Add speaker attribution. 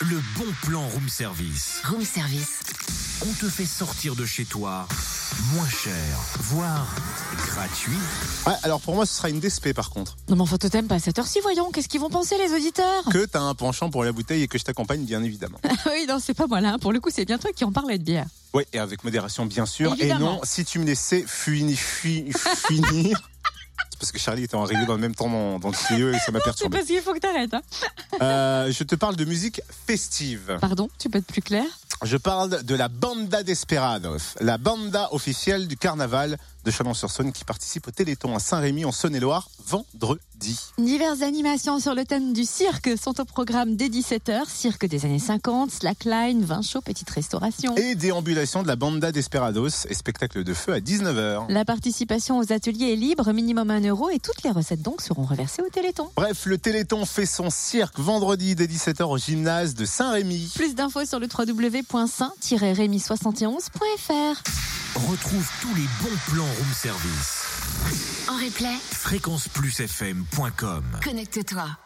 Speaker 1: Le bon plan room service.
Speaker 2: Room service.
Speaker 1: On te fait sortir de chez toi moins cher, voire gratuit.
Speaker 3: Ouais, Ah, alors pour moi, ce sera une DSP par contre.
Speaker 2: Non, mais enfin, te t'aimes pas à cette heure-ci, voyons. Qu'est-ce qu'ils vont penser, les auditeurs
Speaker 3: Que t'as un penchant pour la bouteille et que je t'accompagne, bien évidemment.
Speaker 2: Oui, non, c'est pas moi là. Pour le coup, c'est bien toi qui en parlais de bière.
Speaker 3: Oui, et avec modération, bien sûr.
Speaker 2: Évidemment.
Speaker 3: Et non, si tu me laissais funi, fui- finir. C'est parce que Charlie était enrayée dans le même temps dans, dans le studio et ça m'a
Speaker 2: C'est
Speaker 3: perturbé.
Speaker 2: parce qu'il faut que t'arrêtes. Hein.
Speaker 3: Euh, je te parle de musique festive.
Speaker 2: Pardon, tu peux être plus clair
Speaker 3: Je parle de la Banda Desperados, la banda officielle du carnaval de Chalon-sur-Saône qui participe au Téléthon à Saint-Rémy en Saône-et-Loire vendredi.
Speaker 2: Diverses animations sur le thème du cirque sont au programme dès 17h. Cirque des années 50, slackline, vin chaud, petite restauration.
Speaker 3: Et déambulation de la Banda Desperados et spectacle de feu à 19h.
Speaker 2: La participation aux ateliers est libre, minimum 1 euro, et toutes les recettes donc seront reversées au Téléthon.
Speaker 3: Bref, le Téléthon fait son cirque vendredi dès 17h au gymnase de Saint-Rémy.
Speaker 2: Plus d'infos sur le www.saint-rémy71.fr.
Speaker 1: Retrouve tous les bons plans room service.
Speaker 4: En replay,
Speaker 1: Fréquenceplusfm.com
Speaker 4: connecte-toi.